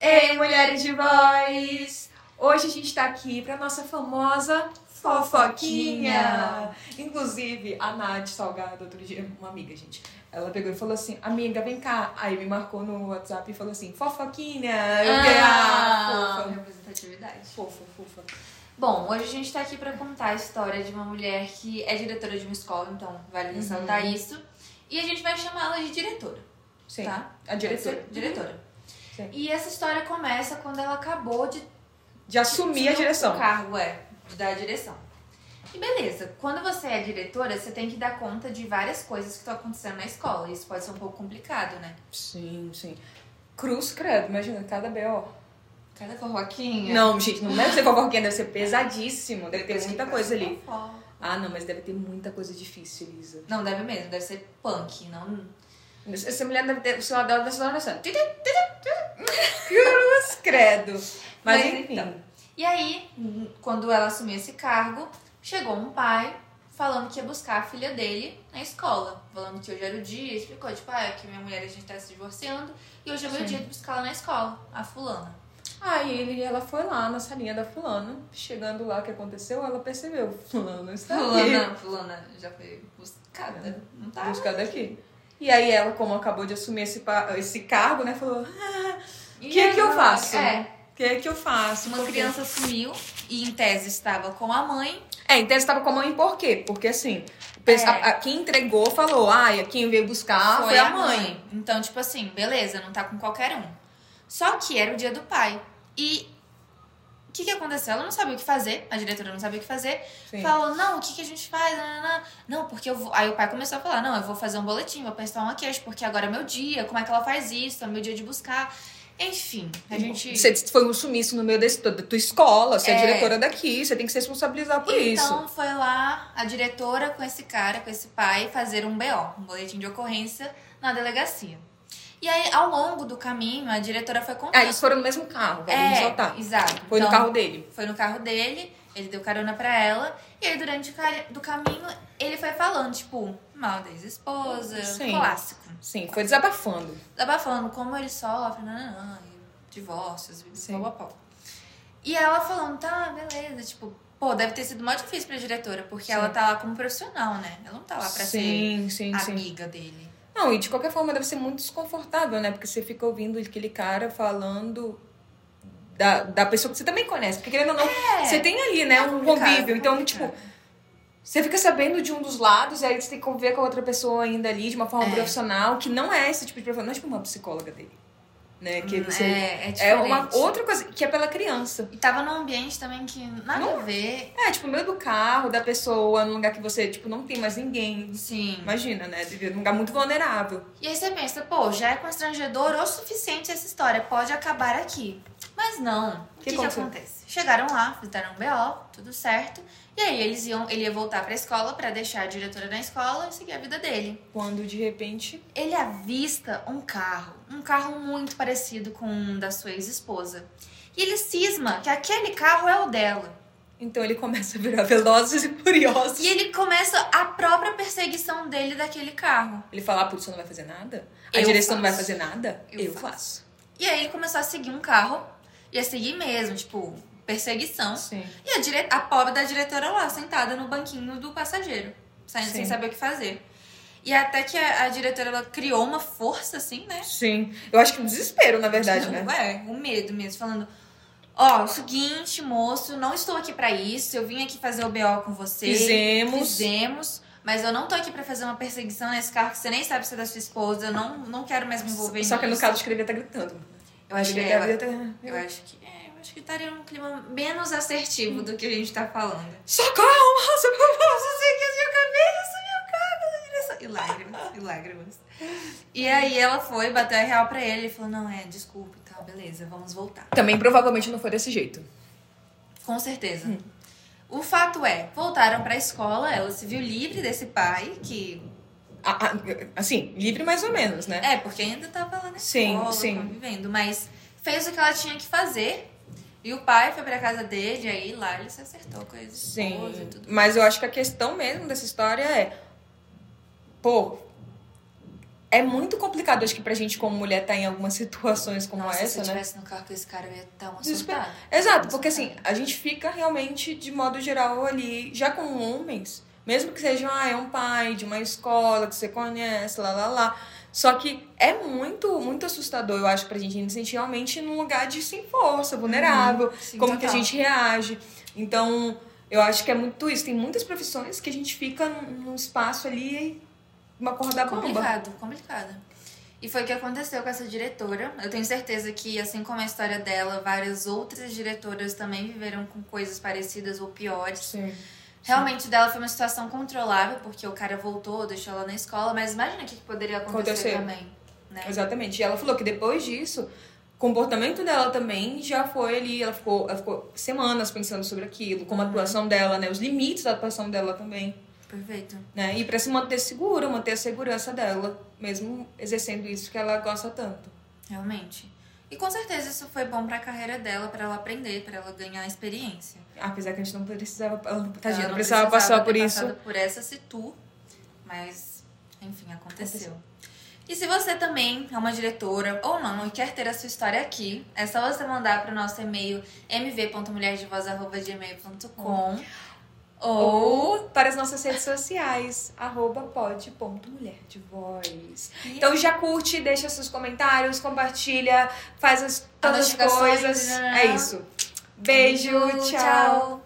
Ei, mulheres de voz! Hoje a gente tá aqui pra nossa famosa fofoquinha. Inclusive, a Nath Salgado, outro dia, uma amiga, gente, ela pegou e falou assim: Amiga, vem cá. Aí me marcou no WhatsApp e falou assim: Fofoquinha! Eu fiquei, ah, fofa. representatividade. Fofa, fofa. Bom, hoje a gente tá aqui pra contar a história de uma mulher que é diretora de uma escola, então vale Uhum. ressaltar isso. E a gente vai chamar ela de diretora, Sim. tá? A diretora. Pode ser? Diretora. Sim. E essa história começa quando ela acabou de De assumir assumir a O direção. cargo é da direção. E beleza, quando você é diretora, você tem que dar conta de várias coisas que estão acontecendo na escola. Isso pode ser um pouco complicado, né? Sim, sim. Cruz credo, imagina, cada B.O. Cada fofoquinha. Não, gente, não deve ser fofoquinha, deve ser pesadíssimo. Deve ter Depois muita que coisa passa ali. fofoca. Ah, não, mas deve ter muita coisa difícil, Lisa. Não, deve mesmo, deve ser punk, não. Essa mulher deve ter o celular dela deve estar dançando. Cruz credo. Mas, Mas enfim. então. E aí, n- quando ela assumiu esse cargo, chegou um pai falando que ia buscar a filha dele na escola. Falando que hoje era o dia, explicou, tipo, ah, é que minha mulher a gente tá se divorciando e hoje é o meu Sim. dia de buscar ela na escola, a fulana. Aí ele, ela foi lá na salinha da fulana. Chegando lá, o que aconteceu? Ela percebeu. Fulana É. está aqui. Fulana, fulana já foi buscada. Não tá? Buscada aqui. E aí ela, como acabou de assumir esse, pa- esse cargo, né? Falou, E que que eu agora? faço? É, o que é que eu faço? uma Por quê?" criança sumiu e em tese estava com a mãe. É, então eles tava com a mãe por quê? Porque assim, o pessoa- É. a, a- quem entregou falou, ai, a quem veio buscar Ah, foi, a mãe. Então, tipo assim, beleza, não tá com qualquer um. Só que era o dia do pai. E o que, que aconteceu? Ela não sabia o que fazer, a diretora não sabia o que fazer. Sim. Falou, não, o que, que a gente faz? Nananã. Não, porque eu vou. Aí o pai começou a falar, não, eu vou fazer um boletim, vou prestar uma queixa, porque agora é meu dia, como é que ela faz isso? É meu dia de buscar. Enfim, a gente. Hum, Você disse que foi um sumiço no meio desse- da tua escola, você é, É. diretora daqui, você tem que se responsabilizar por isso. Então foi lá a diretora com esse cara, com esse pai, fazer um BO, um boletim de ocorrência na delegacia. E aí, ao longo do caminho, a diretora foi contando. Ah, eles foram no mesmo carro, vamos ressaltar. exato. tá. Foi no É, Então, carro dele. Foi no carro dele, ele deu carona pra ela. E aí, durante o cari- do caminho, ele foi falando, tipo, mal da ex-esposa, Sim. clássico. Sim, foi desabafando. Desabafando como ele sofre, nananã, né, e divórcios, e Sim. papapá. E ela falando, tá, beleza, tipo, pô, deve ter sido mó difícil pra diretora, porque Sim. ela tá lá como profissional, né? Ela não tá lá pra Sim, sim, ser sim. amiga dele. Não, e de qualquer forma deve ser muito desconfortável, né? Porque você fica ouvindo aquele cara falando da, da pessoa que você também conhece. Porque querendo ou não, você tem ali, né, um É, complicado, é convívio. Então, complicado. tipo, Você fica sabendo de um dos lados, e aí você tem que conviver com a outra pessoa ainda ali de uma forma É. profissional, que não é esse tipo de profissional, não é tipo uma psicóloga dele. Né? Que você. é, é, É, uma diferente. outra coisa, que é pela criança. E tava num ambiente também que nada a ver. É, tipo, no meio do carro, da pessoa, num lugar que você, tipo, não tem mais ninguém. Sim. Imagina, né? Devia num lugar muito vulnerável. E aí você pensa, pô, já é constrangedor o suficiente essa história, pode acabar aqui. Mas não. O que, Que que, aconteceu? acontece? Chegaram lá, fizeram um BO, tudo certo. E aí eles iam, ele ia voltar pra escola pra deixar a diretora na escola e seguir a vida dele. Quando de repente. Ele avista um carro, um carro muito parecido com um da sua ex-esposa. E ele cisma que aquele carro é o dela. Então ele começa a virar velozes e furiosos. E ele começa a própria perseguição dele daquele carro. Ele fala, a polícia não vai fazer nada? A Eu direção não vai faço. fazer nada? Eu faço. E aí ele começou a seguir um carro, e a seguir mesmo, tipo, perseguição. Sim. E a, dire... a pobre da diretora lá, sentada no banquinho do passageiro, sem, Sim. sem saber o que fazer. E até que a, a diretora ela criou uma força, assim, né? Sim. Eu acho que um desespero, na verdade, Não, né? É, o medo mesmo, falando. Ó, o seguinte, moço, não estou aqui pra isso. Eu vim aqui fazer o BO com você. Fizemos. Fizemos. Mas eu não tô aqui pra fazer uma perseguição nesse carro que você nem sabe se é da sua esposa. Eu não, não quero mais me envolver Só que no nisso. caso escrevia tá gritando. Eu acho que Escrevia é, eu- tá Eu acho que é, eu acho que estaria num clima menos assertivo do que a gente tá falando. é. Socorro, moça, por favor. Você que eu acabei de subir o carro na direção. E lágrimas, e lágrimas. E aí ela foi, bateu a real pra ele e falou: não, é, desculpa e tal, beleza, vamos voltar. Também provavelmente não foi desse jeito. Com certeza. Hum. O fato é, voltaram pra escola, ela se viu livre desse pai, que. A- a- assim, livre mais ou menos, né? É, porque ainda tava lá na Sim, escola, sim. convivendo, mas fez o que ela tinha que fazer. E o pai foi pra casa dele, aí lá ele se acertou com a esposa É, e Sim. tudo. Mas eu acho que a questão mesmo dessa história é. Pô. É muito complicado, acho que pra gente como mulher estar em algumas situações como Nossa, se essa, eu né? estivesse no carro com esse cara, eu ia um dar uma Desespero. surtada. Exato, porque assim, a gente fica realmente, de modo geral, ali, já com homens, mesmo que sejam, ah, é um pai de uma escola que você conhece, lá, lá, lá. Só que é muito, muito assustador, eu acho, pra gente. A gente se sentir realmente num lugar de sem força, vulnerável, Uhum. Sim, como que total. a gente reage. Então, eu acho que é muito isso. Tem muitas profissões que a gente fica num num espaço ali, uma corda bomba. Complicado, complicado. E foi o que aconteceu com essa diretora. Eu tenho certeza que, assim como a história dela, várias outras diretoras também viveram com coisas parecidas ou piores. Sim. Realmente, dela foi uma situação controlável, porque o cara voltou, deixou ela na escola, mas imagina o que que poderia acontecer Aconteceu. também. Né? Exatamente. E ela falou que depois disso, o comportamento dela também já foi ali. Ela ficou, ela ficou semanas pensando sobre aquilo, como a atuação dela, né? Os limites da atuação dela também. Perfeito. Né? E pra se manter segura, manter a segurança dela, mesmo exercendo isso que ela gosta tanto. Realmente. E com certeza isso foi bom pra carreira dela, pra ela aprender, pra ela ganhar experiência. Apesar que a gente não precisava, ela não- Ela tadinha, não precisava passar ter por isso. passado por essa situ, mas enfim, aconteceu. E se você também é uma diretora ou não e quer ter a sua história aqui, é só você mandar para o nosso e-mail mv.mulherdevoz@gmail.com ou Ou para as nossas redes sociais, arroba pod.mulher de voz. Então já curte, deixa seus comentários, compartilha, faz as, todas as notificações, coisas. né? É isso. Beijo, tchau.